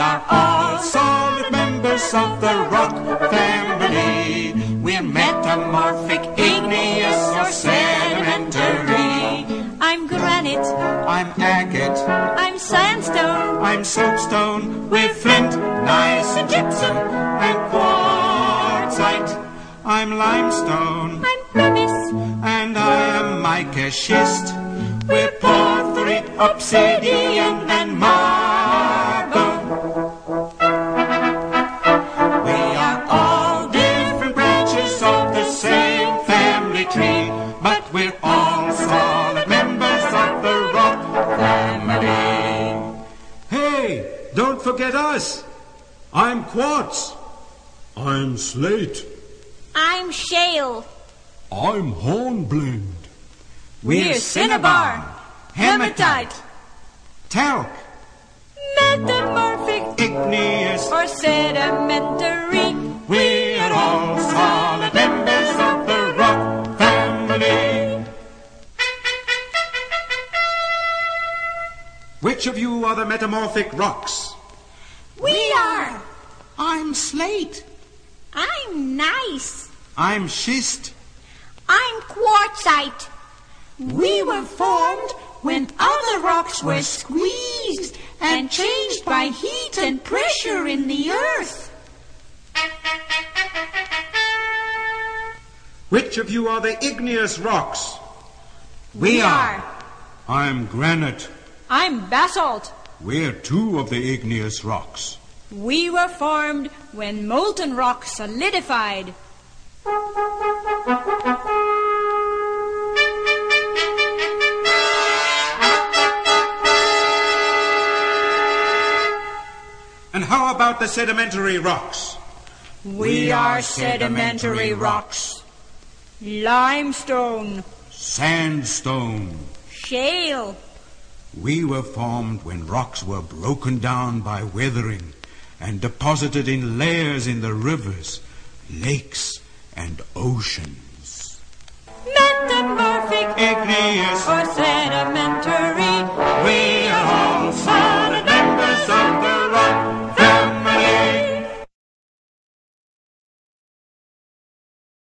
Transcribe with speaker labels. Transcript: Speaker 1: are all solid members of the rock family. We're metamorphic, igneous, or sedimentary.
Speaker 2: I'm granite,
Speaker 1: I'm agate,
Speaker 2: I'm sandstone,
Speaker 1: I'm soapstone, we're flint, gneiss, and gypsum, and quartzite. I'm limestone,
Speaker 2: I'm pumice,
Speaker 1: and I am mica schist. We're porphyry, obsidian, and marble. We are all different branches of the same family tree, but we're all solid members of the rock family.
Speaker 3: Hey, don't forget us. I'm quartz. I'm slate.
Speaker 2: I'm shale,
Speaker 3: I'm hornblende.
Speaker 2: We're cinnabar, hematite,
Speaker 1: talc,
Speaker 2: metamorphic,
Speaker 1: igneous.
Speaker 2: or sedimentary.
Speaker 1: We are all solid members of the rock family.
Speaker 3: Which of you are the metamorphic rocks?
Speaker 2: We are.
Speaker 1: I'm slate.
Speaker 2: I'm nice.
Speaker 1: I'm schist.
Speaker 2: I'm quartzite.
Speaker 1: We were formed when other rocks were squeezed
Speaker 2: and changed by heat and pressure in the earth.
Speaker 3: Which of you are the igneous rocks?
Speaker 1: We are.
Speaker 3: I'm granite.
Speaker 2: I'm basalt.
Speaker 3: We're two of the igneous rocks.
Speaker 2: We were formed when molten rock solidified.
Speaker 3: And how about the sedimentary rocks?
Speaker 2: We are sedimentary rocks. Limestone,
Speaker 3: Sandstone.
Speaker 2: shale,
Speaker 3: We were formed when rocks were broken down by weathering and deposited in layers in the rivers, lakes, and oceans.
Speaker 2: metamorphic,
Speaker 1: Igneous.
Speaker 2: or sedimentary.